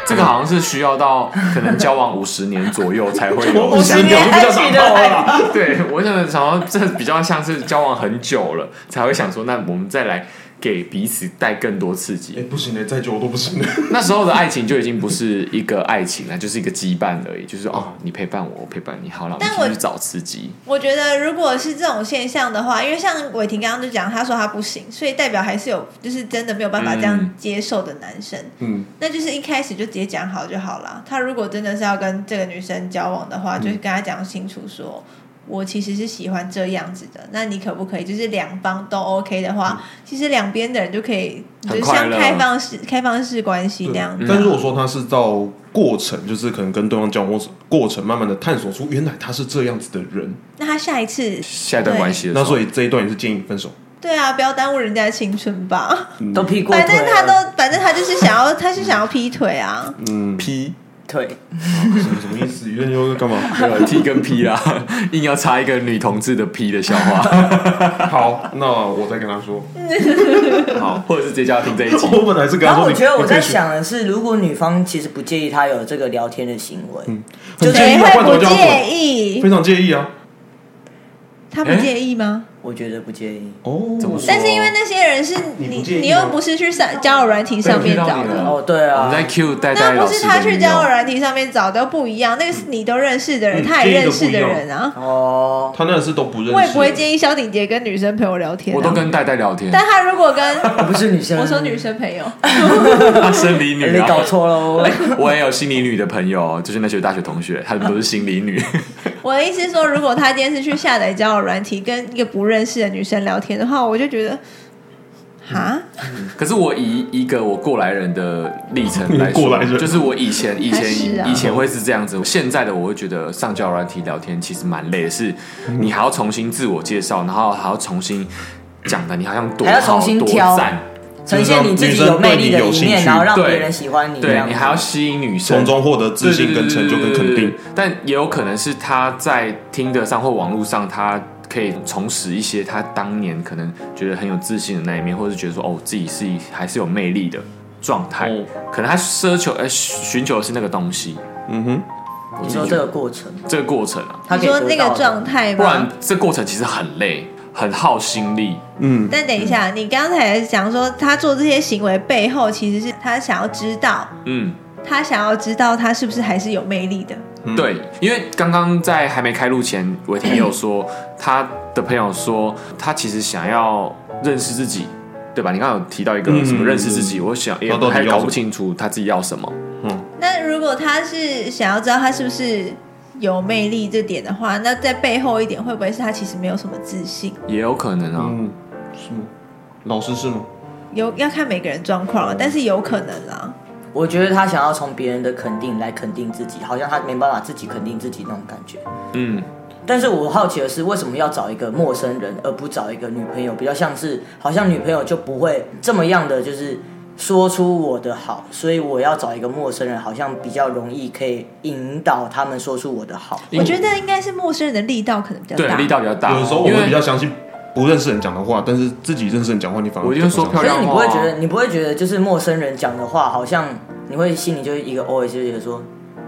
S2: 这个好像是需要到可能交往五十年左右才会
S3: 我
S2: 有
S3: 我
S2: 相
S3: 十年
S2: 应
S3: 我比较长到了啦。
S2: 对，我想想要这比较像是交往很久了，才会想说，那我们再来给彼此带更多刺
S3: 哎，
S2: 激。
S3: 不行嘞，再久我都不行嘞。
S2: 那时候的爱情就已经不是一个爱情了，就是一个羁绊而已，就是哦，你陪伴我，我陪伴你，好了，
S4: 但
S2: 我们
S4: 我
S2: 去找刺激。
S4: 我觉得如果是这种现象的话，因为像伟霆刚刚就讲，他说他不行，所以代表还是有就是真的没有办法这样
S2: 嗯
S4: 接受的男生，
S3: 嗯，
S4: 那就是一开始就直接讲好就好了。他如果真的是要跟这个女生交往的
S3: 嗯
S4: 话，就是跟他讲清楚说。我其实是喜欢这样子的，那你可不可以就是两方都 OK 的话，
S3: 嗯
S4: 其实两边的人就可以就是
S2: 很快
S4: 像
S2: 乐
S4: 开放式开放式关系那样子。
S3: 但如果说他是到过程，就是可能跟对方交往过程过程，慢慢的探索出原来他是这样子的人，
S4: 那他下一次
S2: 下一段关系的时
S3: 那
S2: 候，
S3: 所以这一段也是建议分手。
S4: 对啊，不要耽误人家的青春吧。
S5: 都屁股，
S4: 反正他都，反正他就是想要，他是想要劈腿啊。
S3: 嗯，
S2: P
S5: 腿，
S3: 什么意思？约你又干嘛？
S2: 没有 T 跟 P 啦，硬要插一个女同志的 P 的笑话，
S3: 好，那我再跟他说。
S2: 好，或者是直接叫他听这一集。
S3: 我本来是跟
S5: 然
S3: 他
S5: 后
S3: 说
S5: 我
S3: 你，
S5: 觉得我
S3: 你可
S5: 在
S3: 以选，
S5: 想的是，如果女方其实不介意他有这个聊天的行为，
S3: 很
S5: 就是
S3: 介
S4: 谁
S3: 意啊，
S4: 会
S3: 换头
S4: 哎
S3: 就
S4: 不
S3: 要
S4: 介
S3: 滚，
S4: 意
S3: 非？常介意啊。
S4: 他不介意吗？
S5: 我觉得不介意。
S3: 哦，
S2: 怎么说
S4: 但是因为那些人是你，
S3: 你不介意吗
S4: 你又不是去上交友软体上面
S2: 对我
S4: 找
S2: 知道你了
S4: 的，
S5: 哦，对
S2: 我
S5: 啊
S2: 们，在 Q 代代
S4: 那
S2: 老
S4: 不
S2: 师
S4: 是
S2: 的
S4: 他去
S2: 女
S4: 交友
S2: 友
S4: 软体上面找的不一样，那个是你都认识的人，
S3: 嗯
S4: 他也认识的人啊。
S5: 哦，
S3: 他那是都不认识。
S4: 我也不会介意萧鼎杰跟女生朋友聊天啊，
S2: 我都跟代代聊天，
S4: 但他如果跟
S5: 我哦不是女生，
S4: 我说女生朋友，
S2: 他生理
S5: 哎，
S2: 女
S5: 你
S2: 啊，
S5: 搞错喽。
S2: 我也有心理女的朋友，就是那些大学同学，他们都是心理女。
S4: 我的意思是说，如果他今天是去下载交友软体，跟一个不认识的女生聊天的话，我就觉得，哈，
S2: 可是我以一个我过来人的历 程来说，
S3: 过来人
S2: 就是我以前以
S4: 还是啊
S2: 前以前会是这样子，现在的我会觉得上交友软体聊天其实蛮累的，是你还要重新自我介绍，然后还要重新讲的，你好像多
S5: 还要
S2: 好
S5: 重新
S2: 多
S5: 挑
S2: 赞，
S5: 呈现你自己有魅力的
S3: 女生对你
S5: 一
S3: 有兴
S5: 面，
S3: 趣
S5: 然后让
S2: 对
S5: 别人喜欢你，这
S2: 对
S5: 样
S2: 你
S5: 子
S2: 还要吸引女生
S3: 从。中获得自信、跟成就、跟肯
S2: 对对对
S3: 定
S2: 对。但也有可能是他在听得上或网络上，他可以重拾一些他当年可能觉得很有自信的那一面，或是觉得说哦自己是还是有魅力的状态，
S3: 哦
S2: 可能他奢求呃寻寻求的是那个东西。
S3: 嗯哼，
S2: 我
S5: 你
S2: 自
S5: 说
S2: 己
S5: 这
S2: 觉
S5: 个
S2: 得
S5: 过程，
S2: 这个过程啊，
S5: 他
S4: 你
S5: 可以
S4: 说
S5: 得
S4: 那
S5: 到
S4: 个
S5: 的
S4: 状态
S2: 不然
S4: 吧。
S2: 这过程其实很累，很耗心力。
S3: 嗯，
S4: 但等一下，你刚才讲说他做这些行为背后，其实是他想要知道，
S2: 嗯，
S4: 他想要知道他是不是还是有魅力的。
S3: 嗯
S2: 对，因为刚刚在还没开录前，伟霆也有说，他的朋友说他其实想要认识自己，对吧？你刚刚有提到一个
S3: 嗯
S2: 什么认识自己，我想也
S3: 他到底
S2: 还
S3: 要
S2: 搞
S3: 什
S2: 不
S3: 么
S2: 清楚他自己要什么。
S4: 那如果他是想要知道他是不是有魅力这点的话，那在背后一点会不会是他其实没有什么自信？
S2: 也有可能啊，
S3: 嗯，是吗？老师是吗？
S4: 有要看每个人状况了，但是有可能啦。
S5: 我觉得他想要从别人的肯定来肯定自己，好像他没办法自己肯定自己那种感觉。
S2: 嗯，
S5: 但是我好奇的是，为什么要找一个陌生人，而不找一个女朋友？比较像是，好像女朋友就不会这么样的，就是说出我的好，所以我要找一个陌生人，好像比较容易可以引导他们说出我的好。
S2: 因
S4: 我
S2: 为
S4: 觉得应该是陌生人的力道可能比较
S2: 对
S4: 大，，
S2: 力道比较大。
S3: 啊
S2: 啊
S3: 有的时候我
S2: 因
S3: 会
S2: 为
S3: 比较相信不认识人讲的话，但是自己认识人讲话，你反而
S2: 我
S3: 比
S2: 就
S3: 较不
S2: 说
S3: 相信
S2: 漂
S5: 可
S2: 亮
S5: 是你
S2: 话
S5: 不
S3: 哦
S5: 会觉得，你不会觉得，就是陌生人讲的话，好像你会心里就一个 OS 就觉得说，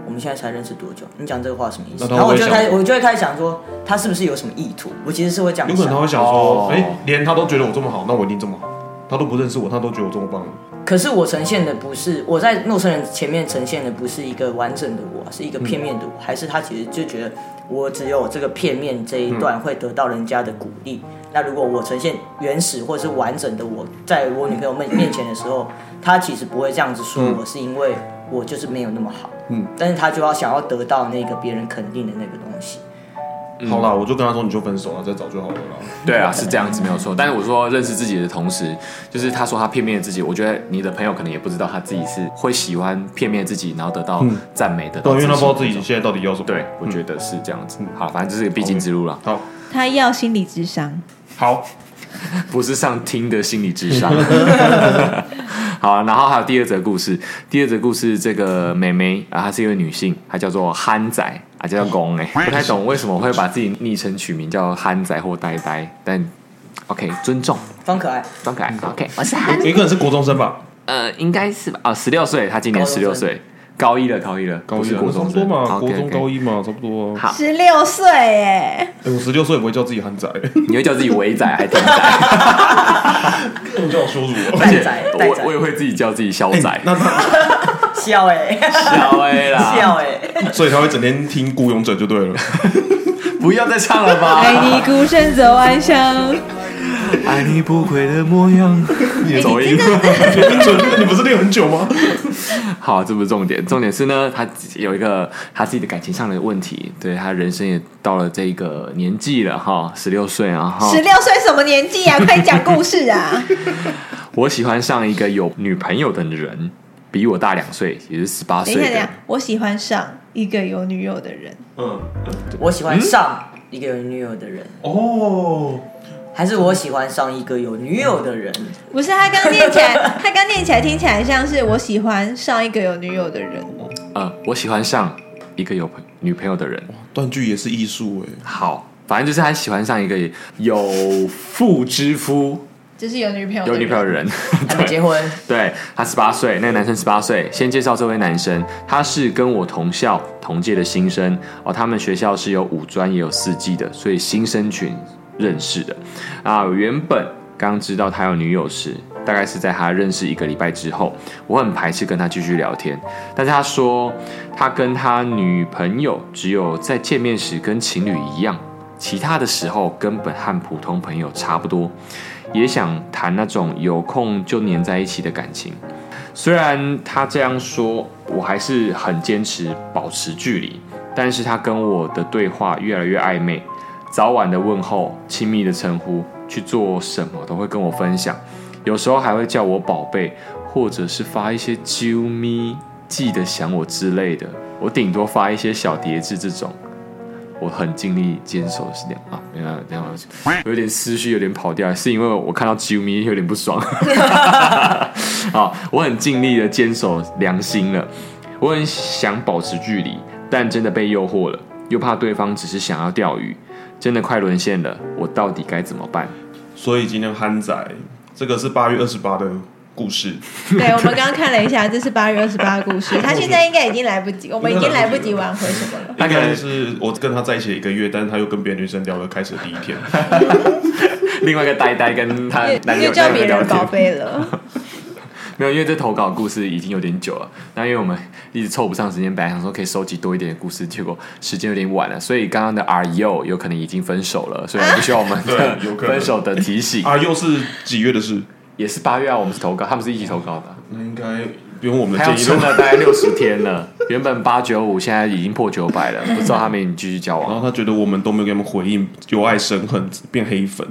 S5: 我们现在才认识多久？你讲这个话什么意思
S3: 那？他
S5: 然后我
S3: 会
S5: 就
S3: 想
S5: 开，我就会开始想说，他是不是有什么意图？我其实是会这样
S3: 有
S5: 想。
S3: 可能他会想说，
S2: 哦
S3: 哎、连他都觉得我这么好，那我一定这么好。他都不认识我，他都觉得我这么棒。
S5: 可是我呈现的不是我在陌生人前面呈现的不是一个完整的我，是一个片面的我，还是他其实就觉得我只有这个片面这一段会得到人家的鼓励。
S2: 嗯
S5: 那如果我呈现原始或是完整的我，在我女朋友面面前的时候，她其实不会这样子说
S2: 嗯
S5: 我，是因为我就是没有那么好。
S3: 嗯，
S5: 但是她就要想要得到那个别人肯定的那个东西。
S3: 好啦，我就跟他说，你就分手了，再找就嗯好了啦。
S2: 对啊，是这样子没有错。但是我说认识自己的同时，就是他说他片面的自己，我觉得你的朋友可能也不知道他自己是会喜欢片面自己，然后得到
S3: 嗯
S2: 赞美的。
S3: 对，因为他不知道自己现嗯在到底要什么。
S2: 对，我觉得是这样子。好，反正这是个必经之路了，
S3: 好，
S4: 他要心理智商。
S3: 好，
S2: 不是上听的心理智 商。好，然后还有第二则故事。第二则故事，这个妹妹啊，她是一位女性，她叫做憨仔啊， 叫做公哎、不太懂为什么会把自己昵称取名叫憨仔或呆呆，但 OK，尊重，
S5: 装可爱，
S2: 装可爱。OK，我是
S3: 你你可能是国中生吧？
S2: 呃，应该是吧？哦，十六岁，他今年
S5: 高
S2: 十
S5: 中
S2: 六岁，高一了，高一了，
S3: 高
S2: 不
S3: 一
S2: 是国
S3: 差
S2: 中
S3: 不多
S2: 生
S3: 嘛，国
S2: OK，OK
S3: 中高一嘛，差不多啊。
S2: 好，
S4: 十六岁耶，
S3: 哎，我十六岁也不会叫自己韩仔，
S2: 你会叫自己伟仔还挺仔？
S3: 你叫我羞辱我。
S5: 蛋仔，蛋
S2: 我我也
S5: 仔，
S2: 会自己叫自己肖 仔，
S3: 那他
S5: 笑哎，
S2: 肖 A 欸
S5: 笑
S2: 啦，
S5: 哎，
S3: 所以他会整天听《孤勇者》就对了。
S2: 不要再唱了 吧？
S4: 爱你孤身走暗巷。
S2: 爱你不悔的模样， 你走
S4: 哎
S2: 一步。
S3: 你很久，你不是练很久吗？
S2: 好，这不是重点，重点是呢，他有一个他自己的感情上的问题，对他人生也到了这个年纪了哈，十六岁啊哈。
S4: 十六岁什么年纪 啊？快讲故事啊！
S2: 我喜欢上一个有女朋友的人，比我大两岁，也是十八
S4: 等
S2: 岁
S4: 一下，等一
S2: 的
S4: 下。，我喜欢上一个有女友的人，
S3: 嗯，
S5: 我喜欢上一个有女友的人，
S3: 哦，
S5: 还是我喜欢上一个有女友的 人？
S4: 不是他刚念起 来，他刚念起来听起来像是我喜欢上一个有女友的人。
S2: 呃，我喜欢上一个有朋女朋友的人。
S3: 断句也是艺术哎。
S2: 好，反正就是他喜欢上一个有妇之夫、
S4: 就是有女朋友，
S2: 有女朋友的，人。
S5: 还没结婚，
S2: 对他十八岁，那个男生十八岁。先介绍这位男生，他是跟我同校同届的新生哦，他们学校是有五专也有四技的，所以新生群认识的啊。原本刚知道他有女友时，大概是在他认识一个礼拜之后，我很排斥跟他继续聊天，但是他说他跟他女朋友只有在见面时跟情侣一样，其他的时候根本和普通朋友差不多。也想谈那种有空就黏在一起的感情。虽然他这样说，我还是很坚持保持距离，但是他跟我的对话越来越暧昧，早晚的问候、亲密的称呼、去做什么都会跟我分享，有时候还会叫我宝贝，或者是发一些啾咪、记得想我之类的。我顶多发一些小叠字这种。我很尽力坚守是这样啊，没有，没有，有点思绪有点跑掉，是因为我看到啾咪有点不爽。好，我很尽力的坚守良心了，我很想保持距离，但真的被诱惑了，又怕对方只是想要钓鱼，真的快沦陷了，我到底该怎么办？
S3: 所以今天憨仔，这个是八月二十八的故事，
S4: 对我们刚刚看了一下，这是八月二十八的故 事。他现在应该已经来不及，我们已经来不及挽回什么了。
S2: 大
S3: 大
S2: 概
S3: 概是我跟他在一起一个月，但是他又跟别的女生聊了开始的第一天。
S2: 另外一个呆呆跟他男
S4: 又
S2: 友
S4: 又叫
S2: 男友
S4: 别
S2: 聊
S4: 人宝
S2: 天，
S4: 贝了，
S2: 没有，因为这投稿故事已经有点久了，那因为我们一直凑不上时间，本来想说可以收集多一点的故事，结果时间有点晚了，所以刚刚的 R U 有可能已经分手了，所以我们不需要我 们的
S3: 对有可能
S2: 分手的提醒，
S3: 啊，又是几月的事？
S2: 也是八月啊，我们是投稿，他们是一起投 稿的。
S3: 那应该不用我们的
S2: 他要
S3: 建议
S2: 撑
S3: 了。
S2: 了大概六十天了，原本八九五，现在已经破九百了，不知道他们已经继续交
S3: 然
S2: 往。
S3: 后他觉得我们都没有给他们回应，由爱生恨变黑粉。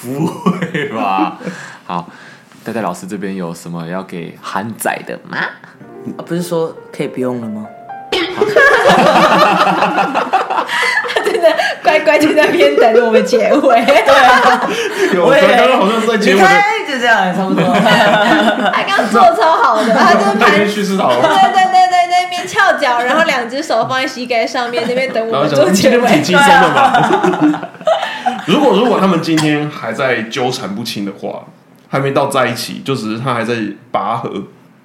S2: 不会吧？好，戴戴老师这边有什么要给韩仔的吗？
S5: 啊不是说可以不用了吗？
S4: 真的乖乖就在那边等我们结 尾。
S3: 我
S5: 也
S3: 刚刚好像在
S5: 你
S3: 结尾的，
S5: 看就这样，差不 多。
S4: 他刚刚做超好的，他就是
S3: 那
S4: 盘
S3: 边去吃好了。哦
S4: 对对对对，在那边翘脚，然后两只手放在膝盖上面，那边等
S3: 然
S4: 我
S3: 后
S4: 们
S3: 想
S4: 做
S3: 说今
S4: 结
S3: 天挺
S4: 尾。
S3: 轻松的嘛。 如果如果他们今天还在纠缠不清的话，还没到在一起，就只是他还在拔河，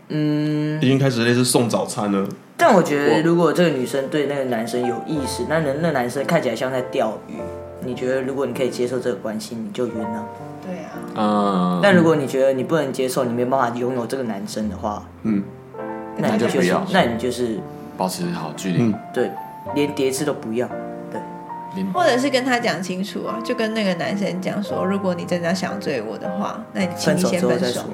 S3: 嗯，已经开始类似送早餐了。
S5: 但我觉得，如果这个女生对那个男生有意思，那那那男生看起来像在钓鱼，你觉得如果你可以接受这个关系，你就晕了、
S4: 对啊，
S2: 嗯，
S5: 但如果你觉得你不能接受，你没办法拥有这个男生的话，
S3: 嗯，
S5: 那你就
S2: 那就不
S5: 是
S2: 要，
S5: 那你就是
S2: 保持好距离，
S3: 嗯
S5: 对，连叠字都不要。对，
S2: 连
S4: 或者是跟他讲清楚啊，就跟那个男生讲说，如果你真的想追我的话，那你请
S5: 分
S4: 你
S5: 手
S4: 先
S5: 之后
S4: 分
S5: 再
S4: 手
S5: 说。。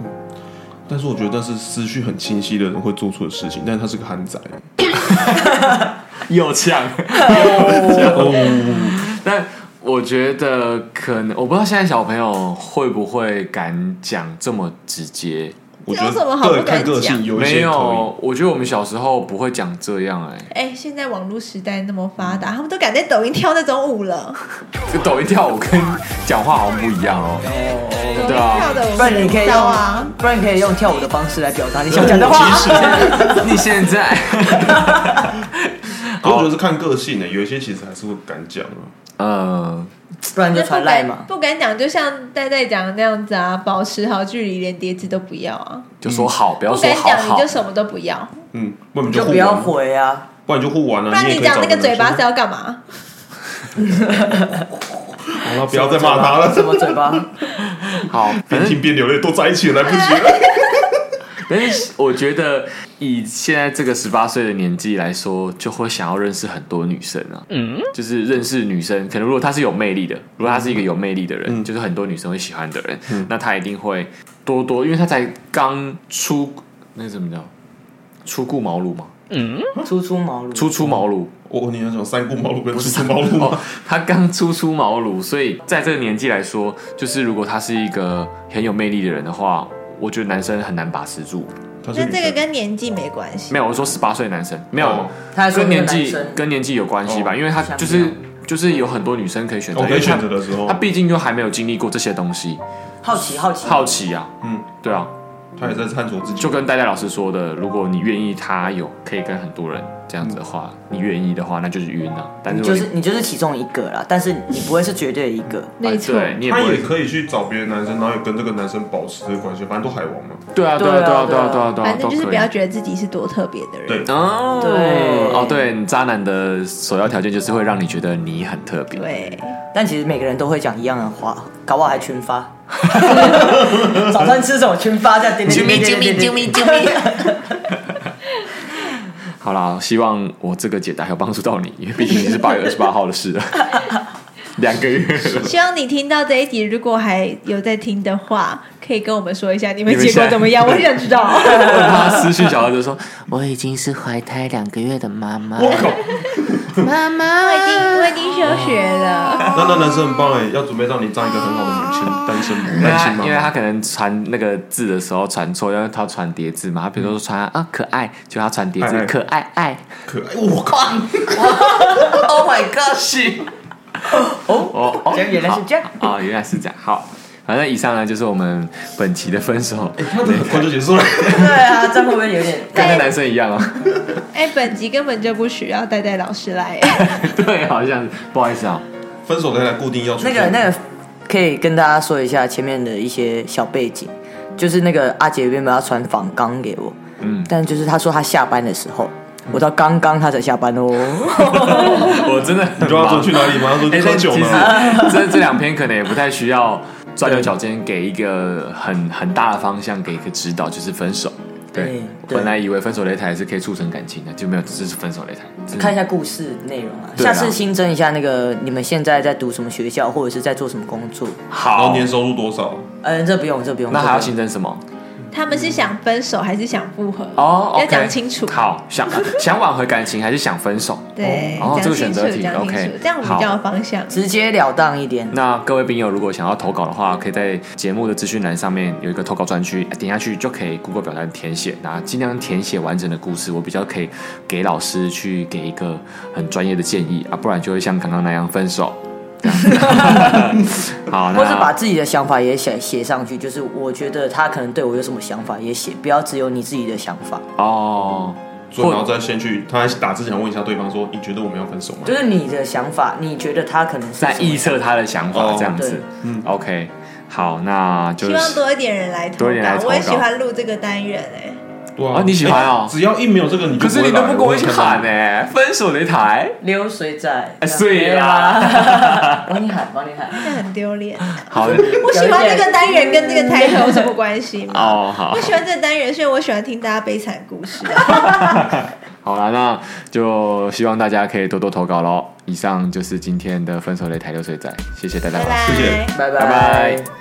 S3: 但是我觉得那是思绪很清晰的人会做出的事情，但是他是个憨仔。
S2: 又呛。但我觉得可能，我不知道现在小朋友会不会敢讲这么直接。
S3: 我觉
S4: 这有什么
S3: 得
S4: 好
S3: 对
S4: 不敢
S3: 看个性
S4: 讲
S3: 有一
S2: 没
S3: 些可
S2: 有，我觉得我们小时候不会讲这样哎、
S4: 哎、现在网络时代那么发达，他们都敢在抖音跳那种舞了，
S2: 这个抖音跳舞跟讲话好像不一样哦。
S4: 抖音
S2: 对啊
S4: 跳的舞
S5: 不然你可以
S4: 知
S5: 用
S4: 道啊。，
S5: 不然你可以用跳舞 的 方式来表达你想讲的话。
S2: 你现在
S3: 可我觉得是看个性的、有一些其实还是会敢讲啊。
S2: 嗯，
S5: 不然就
S4: 那
S5: 传
S4: 不
S5: 赖
S4: 敢
S5: 嘛。
S4: 不敢讲，就像戴戴讲的那样子啊，保持好距离，连叠字都不要啊，
S2: 就说好，不要
S4: 不
S2: 说
S4: 敢
S2: 好
S4: 讲你
S2: 好
S4: 就。什么都不要，
S3: 嗯，不然你
S5: 就
S3: 互
S5: 不要
S3: 玩，
S5: 回啊！
S3: 不然你就互玩了、
S4: 不
S3: 啊。
S4: 然
S3: 你也
S4: 你
S3: 可以
S4: 讲
S3: 找
S4: 那个
S3: 别
S4: 嘴
S3: 人
S4: 巴
S3: 说
S4: 是要干嘛？
S3: 好了，不要再骂他了，
S5: 什么嘴巴？
S2: 好，
S3: 边
S2: 反正
S3: 听边流泪，都在一起了，来不及了。
S2: 但是我觉得以现在这个十八岁的年纪来说，就会想要认识很多女生啊。嗯，就是认识女生，可能如果她是有魅力的，如果她是一个有魅力的人，
S3: 嗯
S2: 就是很多女生会喜欢的人，那她一定会多多，因为她才刚出，那怎么叫？初顾茅庐嘛，
S5: 初出茅庐，
S2: 初出茅庐，
S3: 我问你要讲三顾茅庐跟四顾茅庐吗？
S2: 他刚初出茅庐，所以在这个年纪来说，就是如果他是一个很有魅力的人的话，我觉得男生很难把持住。
S3: 他是
S4: 那
S3: 女
S4: 这个
S3: 生，
S4: 跟年纪没关系
S2: 没。有，我说十八岁男生没有，
S3: 哦
S5: 他还说
S2: 跟
S5: 那个
S2: 年
S5: 男
S2: 纪
S5: 生
S2: 跟年纪有关系吧，
S3: 哦
S2: 因为他
S5: 像
S2: 就是
S5: 这样
S2: 就是有很多女生可以选择，
S3: 我
S2: 因
S3: 哦可
S2: 为
S3: 以
S2: 他
S3: 选择的时候
S2: 哦他，毕竟就还没有经历过这些东西，
S5: 好奇好奇
S2: 好奇啊，
S3: 嗯，
S2: 对啊，
S3: 他也在探索自己。
S2: 就跟戴戴老师说的，如果你愿意，他有可以跟很多人这样子的话，
S3: 嗯
S2: 你愿意的话，那就是晕啊，但是
S5: 就
S2: 如
S5: 是
S2: 果
S5: 你就是其中一个啦，但是你不会是绝对的一个。
S2: 你
S4: 没错，
S2: 对你也不
S3: 他
S2: 会
S3: 也可以去找别的男生，然后也跟这个男生保持这个关系，反正都海王嘛。
S2: 对啊，对啊，
S5: 对啊
S2: 对啊，对
S5: 对
S2: 啊
S5: 啊，
S2: 对啊，对啊，
S4: 反正就是
S2: 都可
S4: 不
S2: 以
S4: 要觉得自己是多特别的人。
S3: 对，
S2: 哦，
S5: 对
S2: 哦，对，你渣男的首要条件就是会让你觉得你很特别。
S4: 对，
S5: 但其实每个人都会讲一样的话，搞不好还群发。 早餐吃什么？群发在点点点点点点点。
S4: 救命！
S2: 好啦，希望我这个解答有帮助到你，因为毕竟你是八月二十八号的事了，两个月了。
S4: 希望你听到这一集，如果还有在听的话，可以跟我们说一下你们
S2: 你们
S4: 结果
S2: 现在
S4: 怎么样，我想知 道。
S2: 他私讯小孩就说，
S6: 我已经是怀胎两个月的妈妈。
S3: 我靠，
S6: 妈
S4: 我已
S6: 妈，
S4: 经我已经休学了，
S3: 那那男生很棒哎，要准备让你当一个很好的母亲，单身
S2: 因为
S3: 单
S2: 他
S3: 亲妈
S2: 因为他
S3: 妈。
S2: 可能传那个字的时候传错，因为他传叠字嘛，他比如说传啊可爱，就他传叠字
S3: 爱爱
S2: 可爱爱，
S3: 可爱，我靠，
S5: Oh my god！
S2: 是哦哦，
S5: 原来是这样
S2: 啊，原来是这样。好，反正以上呢就是我们本期的分手，
S3: 他这很快就结束了。
S5: 对啊，这样会不会 有点？
S2: 跟那男生一样啊。
S4: 哎，本集根本就不需要戴戴老师 来，
S2: 对，好像不好意思啊，
S3: 分手再来固定要求。
S5: 那个那个，可以跟大家说一下前面的一些小背景，就是那个阿杰原本要传访纲给我，嗯，但就是他说他下班的时候，我到刚刚他才下班哦，
S2: 我真的很
S3: 你知道他
S2: 忙
S3: 说去哪里吗？他说
S2: 哎，
S3: 去喝酒
S2: 其实
S3: 呢。
S2: 这这两篇可能也不太需要钻牛角尖，给一个很很大的方向，给一个指导，就是分手。对
S5: 对，
S2: 我
S5: 对
S2: 本来以为分手擂台是可以促成感情的，就没有，这是分手擂台。真的
S5: 看一下故事内容啊，
S2: 对啦
S5: 下次新增一下那个你们现在在读什么学校，或者是在做什么工作，
S3: 然
S2: 好
S3: 后，年收入多少？
S5: 嗯，这不用，这不用，
S2: 那还要
S5: 这
S2: 新
S5: 不用
S2: 增什么？
S4: 他们是想分手还是想复合？
S2: 哦，
S4: 要
S2: OK
S4: 讲清楚。
S2: 好，想 想挽回感情还是想分手？
S4: 对，
S2: 哦，这
S4: 讲
S2: 个
S4: 清
S2: 选
S4: 楚，
S2: 择题
S4: 讲清楚
S2: ，OK，，
S4: 这样我们
S2: 好
S4: 比较有方向。
S5: 直截了当一点，
S2: 那各位朋友，如果想要投稿的话，可以在节目的资讯栏上面有一个投稿专区，点下去就可以 Google 表单填写，那尽量填写完整的故事，我比较可以给老师去给一个很专业的建议啊，不然就会像刚刚那样分手。这样 好，
S5: 或是把
S2: 那
S5: 自己的想法也写写上去，就是我觉得他可能对我有什么想法也写，不要只有你自己的想法，
S2: 哦，
S3: 所以然后再先去，他还打之前问一下对方说：“你觉得我们要分手吗
S5: 就是你的想法，你觉得他可能是
S2: 在
S5: 什么
S2: 臆测他的想法
S3: 哦
S2: 这样子
S5: 对。
S2: 嗯，OK，好，那就
S4: 希望
S2: 是
S4: 多一点人来投
S2: 多一点人来
S4: 稿，
S2: 投稿
S4: 我也喜欢录这个单元哎。？”
S3: 对
S2: 哦你喜欢哦
S3: 哎只要一没有这个，你就
S2: 可是你
S3: 会
S2: 都
S3: 来
S2: 不跟我一起喊呢、欸
S3: 哎。
S2: 分手擂台。
S5: 流水仔
S2: 哎碎
S5: 啦，帮你喊，帮你喊，
S4: 那很 丢脸。
S2: 好的，
S4: 我喜欢这个单元跟这个 title 有什么关系吗？
S2: 哦，好
S4: 我。喜欢这个单元，所以我喜欢听大家悲惨故事啊。
S2: 好啦，那就希望大家可以多多投稿喽。以上就是今天的分手擂台流水仔，谢谢大家
S4: 拜
S2: 老师。
S3: 谢谢
S4: 拜。
S5: 拜
S2: 拜拜